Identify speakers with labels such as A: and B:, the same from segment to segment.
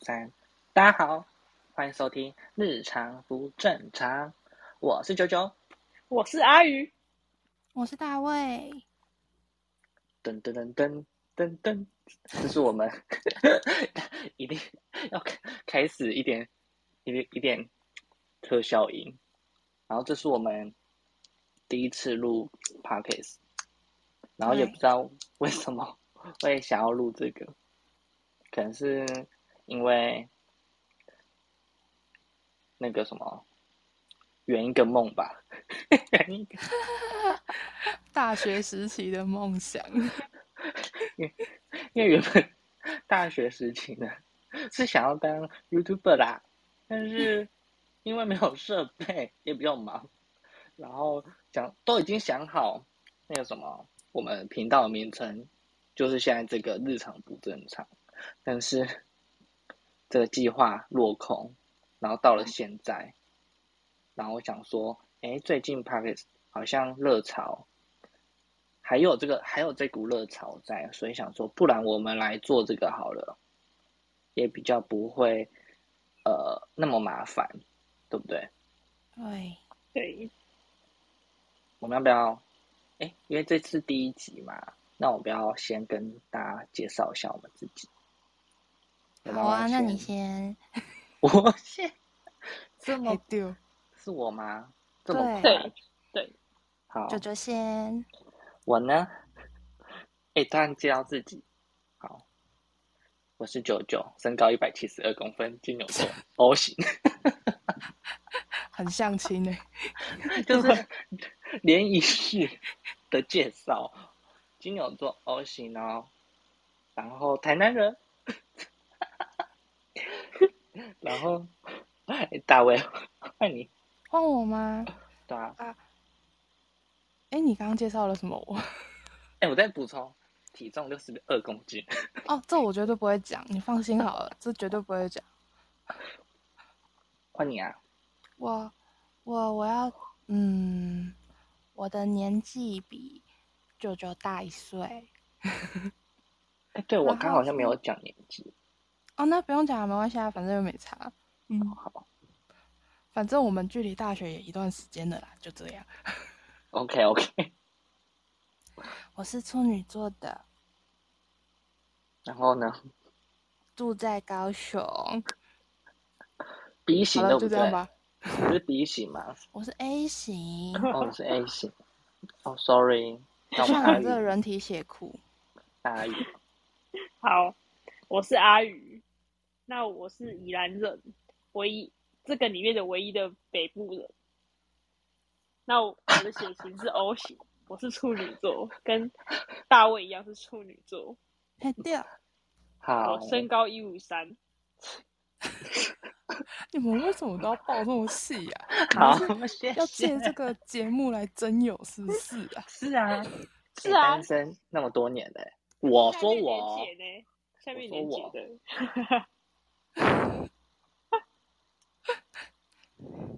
A: 三，大家好，欢迎收听《日常不正常》，我是九九。
B: 我是阿鱼，
C: 我是大卫，
A: 噔噔噔噔噔噔，这是我们一定要开开始一点一点一点特效音，然后这是我们第一次录 podcast，然后也
C: 对
A: 不知道为什么会想要录这个，可能是因为那个什么圆一个梦吧，圆一个
C: 大学时期的梦想。
A: 因为原本 大学时期呢是想要当 YouTuber 啦，但是因为没有设备，也比较忙，然后想都已经想好那个什么我们频道的名称，就是现在这个日常不正常，但是这个计划落空，然后到了现在，然后我想说，哎，最近 p a c k e t 好像热潮还有这个，还有这股热潮在，所以想说，不然我们来做这个好了，也比较不会呃那么麻烦，对不对？
C: 对，
B: 对，
A: 我们要不要？哎，因为这次第一集嘛，那我们要先跟大家介绍一下我们自己。要不要
C: 好啊，那
A: 先
C: 你。先。
A: 我 先。这
C: 哎
A: 么
C: 丢，
A: 是我吗？这么快？
C: 对
B: 对，对，
A: 好，
C: 九九哎先。
A: 我呢？哎，突然介绍自己，好，我是九九，身高一百七十二公分，金牛座，O 型，
C: 很相亲欸呢、
A: 就是 连仪式的介绍，金牛座 O 型哦，然后台南人， 然后诶大卫，换你，
C: 换我吗？
A: 对啊，
C: 哎、你刚刚介绍了什么我？
A: 哎，我再补充，体重六十二公斤，
C: 哦，这我绝对不会讲，你放心好了，这绝对不会讲。
A: 换你啊，
C: 我，我，我要，嗯，我的年纪比九九大一岁。
A: 哎，对我
C: 然后
A: 刚好像没有
C: 是
A: 讲年纪，
C: 哦，那不用讲了，没关系啊，反正又没差。嗯，
A: 好
C: 反正我们距离大学也一段时间了啦，就这样。
A: ，OK OK，
C: 我是处女座的，
A: 然后呢
C: 住在高雄。
A: ，B
C: 好
A: 型对
C: 了，
A: 不
C: 就这
A: 对？
C: 样吧。
A: 你是 B 型吗？
C: 我是 A 型，
A: 哦，你是 A 型，哦，sorry，那我
C: 我
A: 们
C: 上
A: 阿
C: 了这个
A: 宇，
C: 人体血库。
A: 阿宇。
B: 好，我是阿鱼，那我是宜兰人，唯一这个里面的唯一的北部人。那我我的血型是 O 型，我是处女座，跟大卫一样是处女座。
C: 嘿
A: 嗯
C: 掉！
A: 好
B: 我，身高一五三，
C: 你们为什么都要报这么细呀、
A: 好，
C: 要
A: 谢
C: 借
A: 谢
C: 这个节目来真友是不是啊？
A: 是啊，
B: 是
A: 你
B: 啊
A: 单身那么多年嘞，我说我
B: 下面连结呢？下面连
A: 我说我
B: 结的，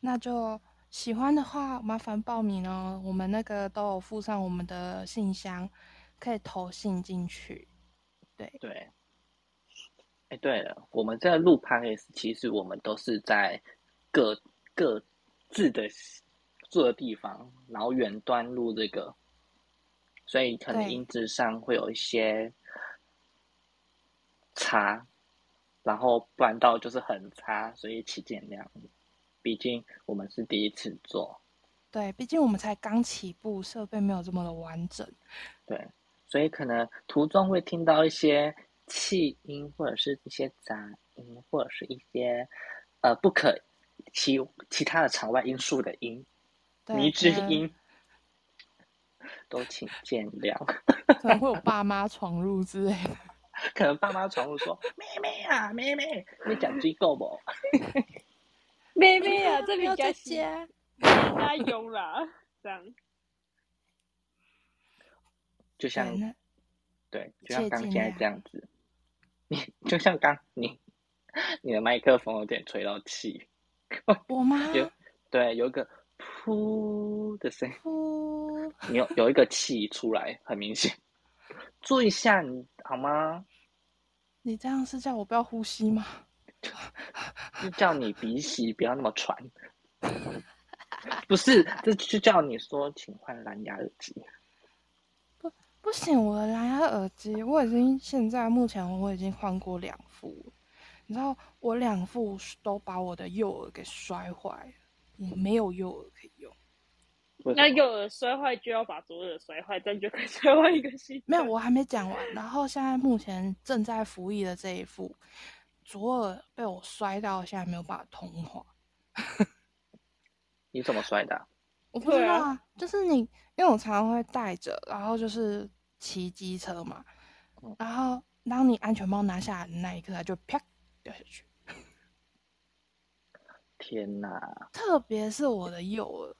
C: 那就喜欢的话，麻烦报名哦。我们那个都有附上我们的信箱，可以投信进去。
A: 对。哎，对了，我们在录 podcast，其实我们都是在各各自的住的地方，然后远端录这个，所以可能
C: 对
A: 音质上会有一些差，然后不然到就是很差，所以请见谅。毕竟我们是第一次做，
C: 对，毕竟我们才刚起步，设备没有这么的完整。
A: 对，所以可能途中会听到一些气音，或者是一些杂音，或者是一些呃不可其其他的场外因素的音，
C: 对
A: 迷之
C: 可能
A: 音， 都请见谅。
C: 可能会有爸妈闯入之类 的。
A: 可能爸妈闯入说：“妹妹啊，妹妹，你讲句够不
B: 妹妹啊，这
C: 不
B: 里
C: 要
B: 加
C: 再
B: 加
C: 加。
B: 加油啦，这样？”
A: 就像
C: 对，那
A: 对，就像
C: 切
A: 刚
C: 尽
A: 现在
C: 量
A: 这样子，你就像刚你你的麦克风有点吹到气，
C: 我妈
A: 有对，有一个噗的声音。
C: 不。
A: 你有有一个气出来，很明显。注意一下你好吗？
C: 你这样是叫我不要呼吸吗？
A: 就叫你鼻息不要那么喘。不是，这就叫你说，请换蓝牙耳机。
C: 不行，我的蓝牙耳机我已经现在目前我已经换过两副了，你知道我两副都把我的右耳给摔坏了，我没有右耳可以用。
A: 为什
B: 那
A: 么
B: 右耳摔坏就要把左耳摔坏，这样就可以摔坏一个新的。
C: 没有，我还没讲完。然后现在目前正在服役的这一副左耳被我摔到，现在没有办法通话。
A: 你怎么摔的啊？
C: 我不知
B: 对啊
C: 道啊，就是你，因为我常常会戴着，然后就是骑机车嘛
A: 嗯，
C: 然后当你安全帽拿下来的那一刻，它就啪掉下去。
A: 天哪！
C: 特别是我的右耳，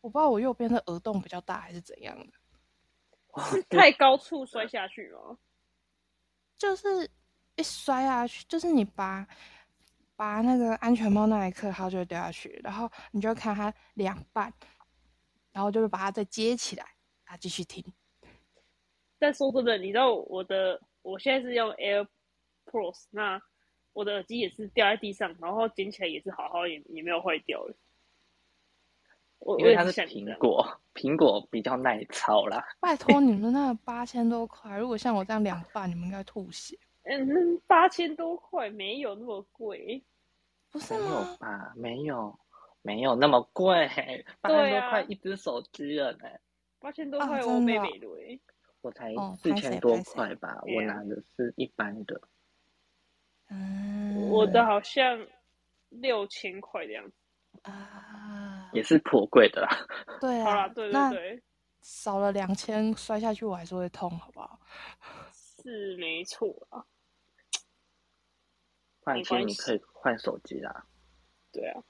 C: 我不知道我右边的耳洞比较大还是怎样的，
A: 嗯
B: 是太高处摔下去吗？
C: 就是一摔下去，就是你拔拔那个安全帽那一刻，它就会掉下去，然后你就看它两半，然后就是把它再接起来，它继续听。
B: 但说真的，你知道我的，我现在是用 AirPods，那我的耳机也是掉在地上，然后捡起来也是好好，也也没有坏掉了。我
A: 因
B: 我
A: 为
B: 也
A: 它是
B: 想这
A: 苹
B: 样，
A: 果，苹果比较耐操啦。
C: 拜托你们那八千多块，如果像我这样两半，你们应该吐血，
B: 嗯，八千多块没有那么贵，
C: 不是
A: 没有
C: 吗？
A: 吧？没有，没有那么贵，八
B: 对
A: 千多
B: 啊
A: 块一只手机了呢。
B: 八千多
C: 啊
B: 块
C: 真
B: 我美
C: 的啊
B: 美的欸
A: 我才
C: 哦
A: 四
C: 拍
A: 千
C: 谁
A: 多
C: 拍谁
A: 块吧，
B: 对
A: 我
B: 啊
A: 拿的是一般的。
C: 嗯，
B: 我的好像六千块的样子。
C: 啊，
A: 也是颇贵的啦。
C: 对
B: 好
C: 啊
B: 啦，，对对
C: 那
B: 对，
C: 少了两千摔下去我还是会痛，好不好？
B: 是没错啊，
A: 换
B: 没
A: 机
B: 关
A: 你
B: 系
A: 可以换手机啦，
B: 对啊，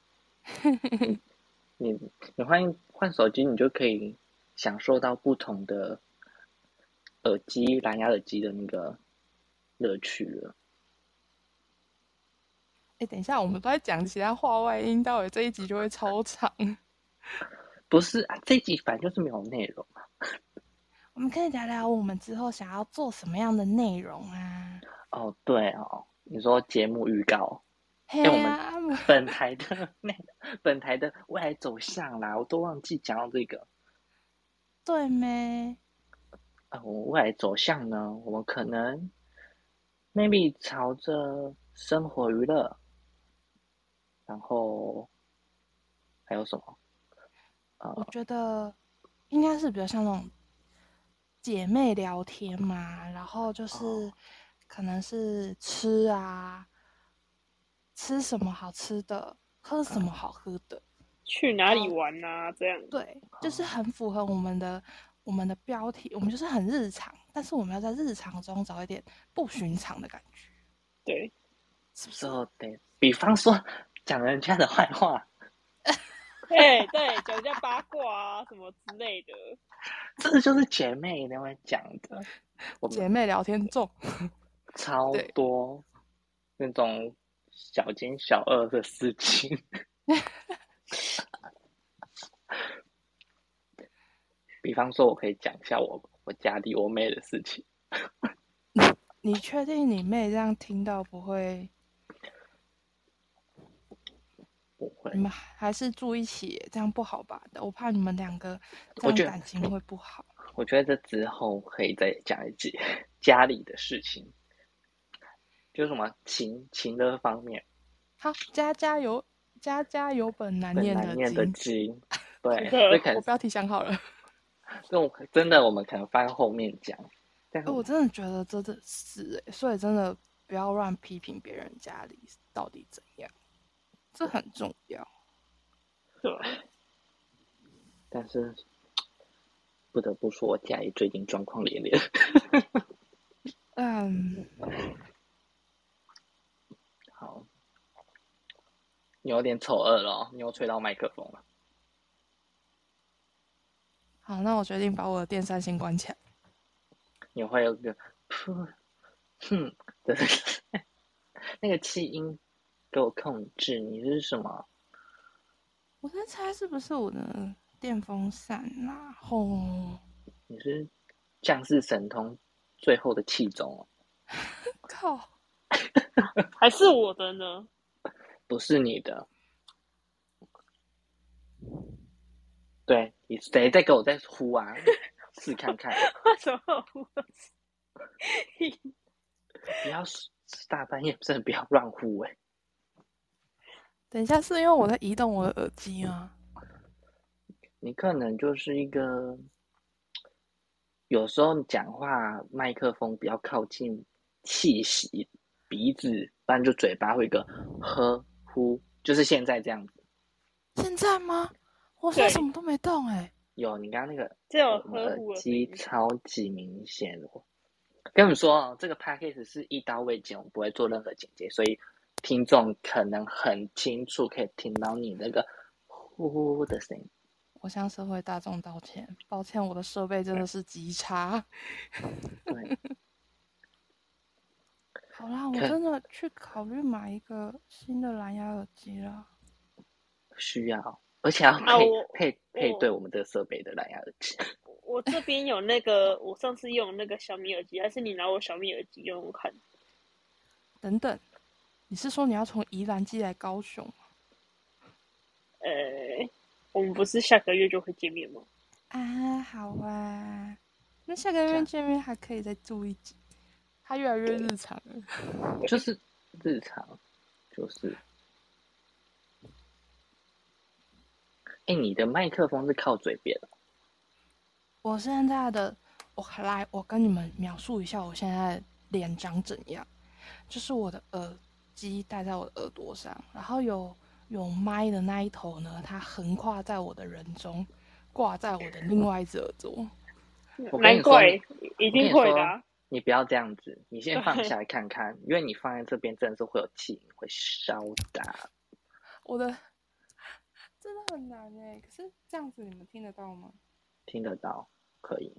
A: 你你换换手机，你就可以享受到不同的耳机蓝牙耳机的那个乐趣了。
C: 哎，等一下，我们都在讲其他话外音，到底这一集就会超长。
A: 不是啊，这集反正就是没有内容啊嘛。
C: 我们可以聊聊我们之后想要做什么样的内容啊？
A: 哦，对哦，你说节目预告，
C: 嘿
A: 我们
C: 呀、啊，我
A: 本台的 那本台的未来走向啦，我都忘记讲到这个。
C: 对咩？
A: 呃，我们未来走向呢，我们可能 maybe 朝着生活娱乐，然后还有什么？
C: 我
A: 呃，
C: 觉得应该是比较像那种姐妹聊天嘛，然后就是
A: 哦
C: 可能是吃啊，吃什么好吃的，喝什么好喝的，
B: 去哪里玩啊？这样
C: 对，就是很符合我们的我们的标题，我们就是很日常，但是我们要在日常中找一点不寻常的感觉，
B: 对，
C: 是不是？
A: 说得，哦比方说讲人家的坏话，
B: 哎、对，讲一下八卦啊什么之类的，
A: 这就是姐妹那会讲的，我
C: 姐
A: 们
C: 妹聊天中，
A: 超
C: 对
A: 多那种小奸小恶的事情。 比方说，我可以讲一下我我家里我妹的事情。
C: 你确定你妹这样听到不会？
A: 不会
C: 你，们还是住一起耶，这样不好吧？我怕你们两个这
A: 我觉
C: 样
A: 得
C: 感情会不好。
A: 我觉得这之后可以再讲一集 家里的事情，就是什么情情的方面，
C: 好，家家有家家有本难
A: 很
C: 念
A: 难
C: 的
A: 念的
C: 经，
A: 经。 对，
B: 真
A: 这
B: 的
A: 可
C: 我
A: 能
C: 标题想好了。
A: 这种真的我们可能翻后面讲，但是
C: 哎，我真的觉得真的是哎，所以真的不要乱批评别人家里到底怎样，这很重要。
B: 对，
A: 但是不得不说，我家里最近状况连连。
C: 嗯，
A: 好，你有点丑恶了哦，你又吹到麦克风了。
C: 好，那我决定把我的电扇先关起来。
A: 你会有个噗哼的 那个气音给我控制，你是什么？
C: 我在猜是不是我的电风扇啦、吼，
A: 你是降世神通最后的气宗哦，
C: 可靠！
B: 还是我的呢？
A: 不是你的。对，你谁在给我在呼啊？试看看，
B: 为什么我
A: 不要大半夜，真的不要乱呼哎、
C: 等一下，是因为我在移动我的耳机吗？
A: 你可能就是一个，有时候你讲话麦克风比较靠近气息、鼻子，不然就嘴巴会有一个呵呼，就是现在这样子。
C: 现在吗？我现在
B: 对
C: 什么都没动哎、
A: 有，你刚刚那个
B: 这有
A: 我们
B: 呵护
A: 耳
B: 的
A: 机
B: 声音
A: 超级明显哦。跟你们说哦，这个 p a c k a g e 是一刀未剪，我不会做任何剪接，所以听众可能很清楚可以听到你那个呼呼的声音。
C: 我向社会大众道歉，抱歉，我的设备真的是极差。
A: 对，
C: 好啦，我
A: 看
C: 真的去考虑买一个新的蓝牙耳机了。
A: 需要，而且要
B: 啊
A: 配、
B: 我
A: 配配
B: 我
A: 对我们这个设备的蓝牙耳 机。
B: 我这边有那个，我上次用那个小米耳机，还是你拿我小米耳机用用看？
C: 等等，你是说你要从宜兰寄来高雄吗
B: 呃，我们不是下个月就会见面吗？
C: 啊？好啊，那下个
A: 这
C: 月
A: 样
C: 见面还可以再住一集，它越来越日常了。
A: 就是日常，就是。哎、你的麦克风是靠嘴边的，
C: 我现在的，我来，我跟你们描述一下我现在的脸长怎样，就是我的耳机戴在我的耳朵上，然后有有麦的那一头呢，它横跨在我的人中，挂在我的另外一只耳朵。
A: 我跟你
B: 难
A: 说
B: 怪一
A: 跟你
B: 定会的、
A: 说
B: 啊。
A: 你不要这样子，你先
B: 对
A: 放下来看看，因为你放在这边真的是会有气音，会烧打。
C: 我的 真的很难哎，可是这样子你们听得到吗？
A: 听得到，可以。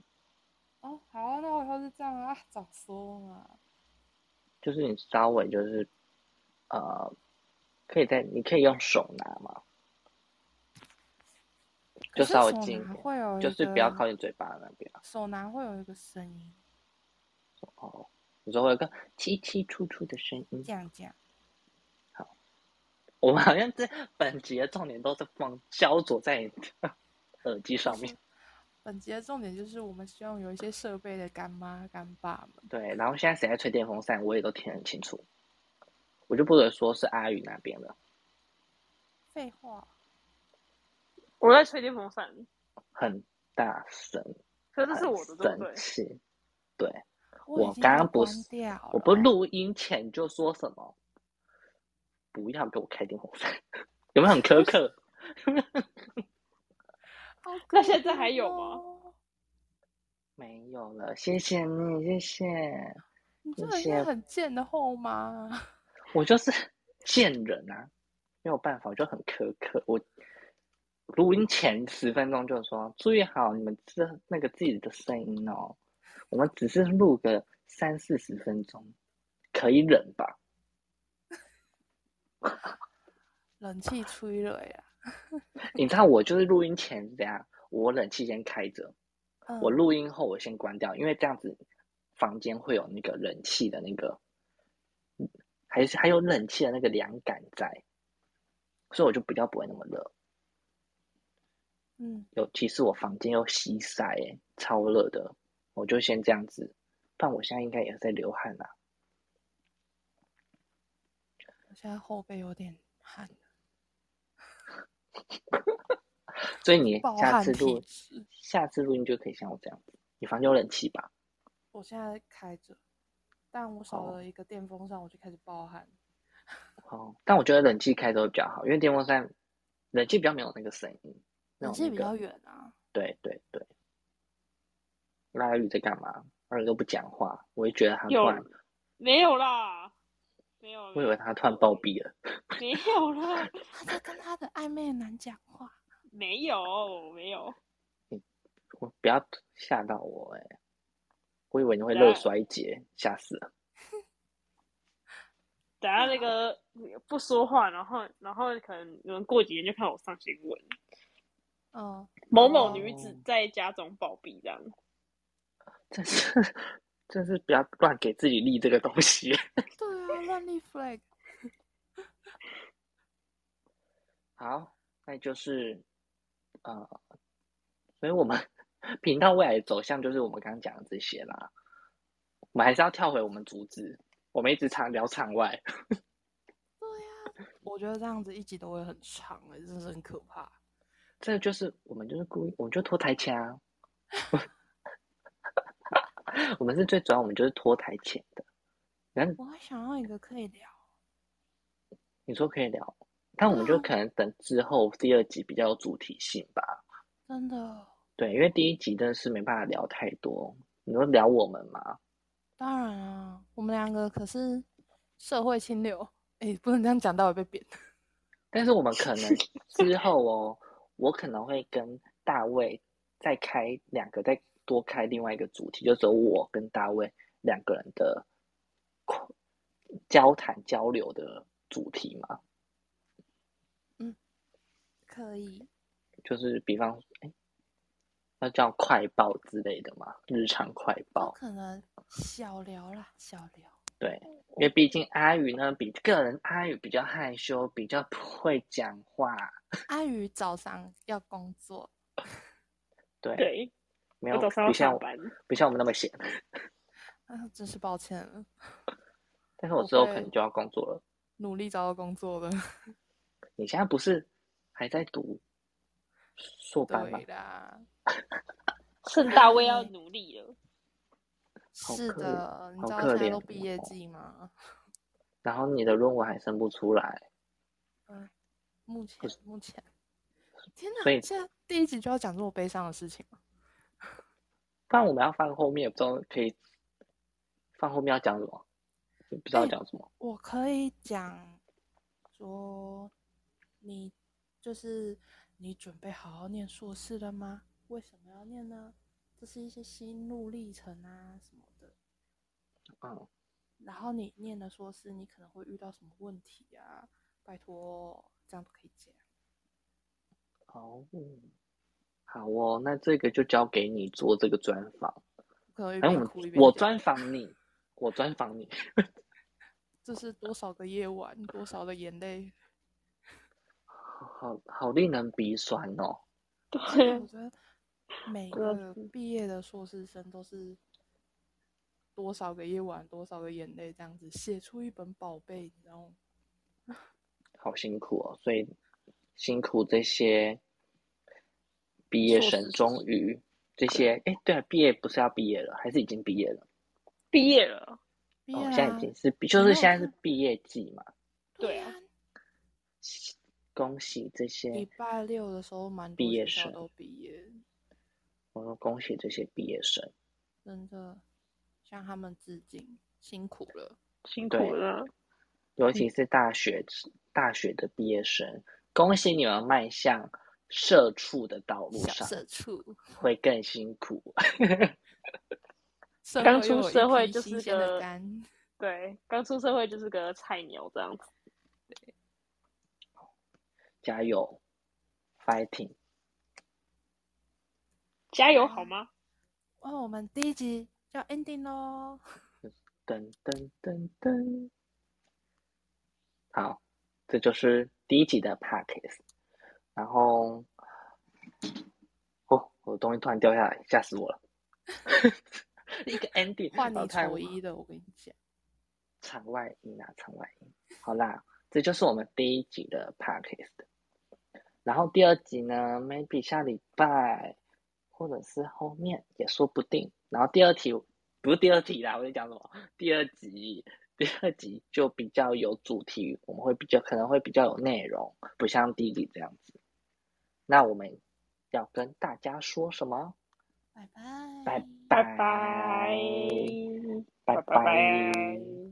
C: 哦，好啊、那我以后是这样啊，早说嘛。
A: 就是你稍微就是，呃，可以在你可以用手拿嘛，就
C: 可是
A: 稍微
C: 手
A: 近一
C: 拿
A: 点
C: 会有一
A: 就是不要
C: 个
A: 靠近嘴巴那边啊。
C: 手拿会有一个声音，
A: 哦，你说会有个凄凄楚楚的声音
C: 这。样这样。
A: 我们好像这本集的重点都是放焦灼在你的耳机上面，
C: 本集的重点就是我们希望有一些设备的干妈干爸们。
A: 对。然后现在谁在吹电风扇，我也都听得很清楚，我就不得说是阿宇那边了，
C: 废话，
B: 我在吹电风扇，
A: 很大声，
B: 可是这是
A: 很
B: 我的，对不对
A: 生？气。对，
C: 我
A: 我
C: 已经
A: 刚
C: 要
A: 刚不
C: 关
A: 是
C: 掉了，
A: 我不录音前就说什么，不要给我开电风扇， 有没有很苛刻？
C: 好可怜哦。哦
B: 那现在还有吗
A: 没有了，谢谢你，谢谢。
C: 你这
A: 有
C: 人
A: 些
C: 是很贱的后妈，
A: 我就是 贱人啊，没有办法，我就很苛刻。我录音前十分钟就说，注意好你们这那个自己的声音哦，我们只是录个三四十分钟，可以忍吧？
C: 冷气吹了呀。
A: 你知道我就是录音前是怎样，我冷气先开着，
C: 嗯
A: 我录音后我先关掉，因为这样子房间会有那个冷气的那个，嗯还是还有冷气的那个凉感在，所以我就比较不会那么热。
C: 嗯，
A: 尤其是我房间又西晒、欸，超热的，我就先这样子。但我现在应该也在流汗啦、
C: 我现在后背有点汗，
A: 所以你
C: 暴
A: 下
C: 汗
A: 次
C: 体
A: 录，
C: 质。
A: 下次录音就可以像我这样子。你房间有冷气吧？
C: 我现在开着，但我少
A: 哦
C: 了一个电风扇，我就开始暴汗。
A: 哦，但我觉得冷气开着会比较好，因为电风扇冷气比较没有那个声音，没有
C: 冷气
A: 那
C: 比
A: 个
C: 较远 啊，
A: 对对对，那阿宇在干嘛？阿宇都不讲话，我就觉得他突
B: 有
A: 然，
B: 没有啦，没有。
A: 我以为他突然暴毙了。
B: 没有啦，
C: 他在跟他的暧昧男讲话。
B: 没有，没有。
A: 我不要吓到我哎、我以为你会
B: 来
A: 热衰竭，吓死了。
B: 等下那个不说话，然后然后可能你们过几天就看我上新闻，
A: 哦
C: 嗯，
B: 某某女子在家中暴毙这样。
A: 真是真是不要乱给自己立这个东西。
C: 对啊，乱立 flag。
A: 好，那就是，呃，所以我们频道未来的走向就是我们刚刚讲的这些啦。我们还是要跳回我们主旨，我们一直场聊场外。
C: 对呀、我觉得这样子一集都会很长哎、真是很可怕。
A: 这就是我们就是故意，我们就拖台前啊。 我们是最主要，我们就是拖台前的。然后
C: 我还想要一个可以聊，
A: 你说可以聊，但我们就
C: 对啊
A: 可能等之后第二集比较有主题性吧。
C: 真的，
A: 对，因为第一集真的是没办法聊太多。你说聊我们嘛？
C: 当然啊，我们两个可是社会清流，哎、不能这样讲，到底被贬。
A: 但是我们可能之后哦，我可能会跟大卫再开两个，再多开另外一个主题，就只有我跟大卫两个人的交谈交流的主题嘛。
C: 可以，
A: 就是比方，哎，那叫快报之类的嘛，日常快
C: 不
A: 报。
C: 可能小聊啦，小聊。
A: 对，因为毕竟阿宇呢，比个人阿宇比较害羞，比较不会讲话。
C: 阿宇早上要工作，
A: 对，
B: 对，
A: 没有
B: 我早上
A: 不
B: 要
A: 像
B: 上
A: 我
B: 班，
A: 不像我们那么闲，
C: 啊，真是抱歉了，
A: 但是我
C: 我
A: 之后可
C: 会
A: 能就要工作了。
C: 努力找到工 作了。
A: 你现在不是还在读硕班吗
C: 对？啊啦，
B: 趁大卫要努力了。
A: 好
C: 是
A: 可
C: 的，你
A: 好
C: 知道
A: 可
C: 现在
A: 怜
C: 都毕业
A: 哦
C: 季吗？
A: 然后你的论文还生不出来，
C: 目前目前， 天哪！
A: 所以
C: 现在第一集就要讲这么悲伤的事情吗？
A: 不然我们要放后面，不知道可以放后面要讲什么，不知道
C: 哎
A: 讲什么。
C: 我可以讲说，你就是你准备好好念硕士了吗？为什么要念呢？这是一些心路历程啊什么的。
A: 嗯，
C: 然后你念的硕士，你可能会遇到什么问题啊？拜托，这样都可以讲。
A: 好，嗯好哦，那这个就交给你做这个专访。
C: 不可能一
A: 反正
C: 边
A: 我
C: 哭一
A: 们
C: 边
A: 我
C: 讲
A: 专访你，我专访你。
C: 这是多少个夜晚，多少的眼泪。
A: 好好令人鼻酸哦。
C: 所以
B: 对
C: 我，觉得每
B: 真的
C: 个毕业的硕士生都是多少个夜晚，多少个眼泪，这样子写出一本宝贝，你知道吗？
A: 好辛苦哦，所以辛苦这些毕业生，
C: 硕士
A: 终于这些哎，对啊，毕业不是要毕业了，还是已经毕业了？
B: 毕业了，
C: 毕
A: 哦
C: 业，
A: 现在已
C: 啦
A: 经是毕，就是
C: 没有
A: 现在是
C: 看
A: 毕业季嘛。
C: 对
B: 对
C: 啊
B: 啊，
A: 恭喜这
C: 礼
A: 些，
C: 拜六的时候蛮
A: 毕
C: 多
A: 业
C: 学校
A: 生
C: 都毕业，
A: 我说恭喜这些毕业生，
C: 真的向他们致敬，辛苦了。
B: 辛
A: 对
B: 苦了，
A: 尤
C: 嗯
A: 其是大学大学的毕业生，恭喜你们迈向社畜的道路
C: 小
A: 上，
C: 社畜，
A: 会更辛苦。
C: 社
B: 刚
C: 会
B: 出
C: 又有一
B: 社会
C: 批
B: 就是
C: 新鲜的
B: 个
C: 肝，
B: 对，刚出社会就是个菜鸟这样子，
A: 加油，fighting！
B: 加油好吗？
C: 哦，我们第一集就要 ending 喽。
A: 噔噔噔噔。好，这就是第一集的 podcast。然后，哦，我的东西突然掉下来，吓死 我了！一个 ending，
C: 换
A: 然后
C: 你
A: 突然
B: 哦
C: 丑一的，我跟你讲，
A: 场外音啊，场外音。好啦，这就是我们第一集的 podcast。然后第二集呢，maybe 下礼拜，或者是后面也说不定。然后第二题不是第二题啦，我在讲什么？第二集，第二集就比较有主题，我们会比较可能会比较有内容，不像第一集这样子。那我们要跟大家说什么？
C: 拜拜，
A: 拜
B: 拜
A: 拜
B: 拜，
A: 拜
B: 拜拜。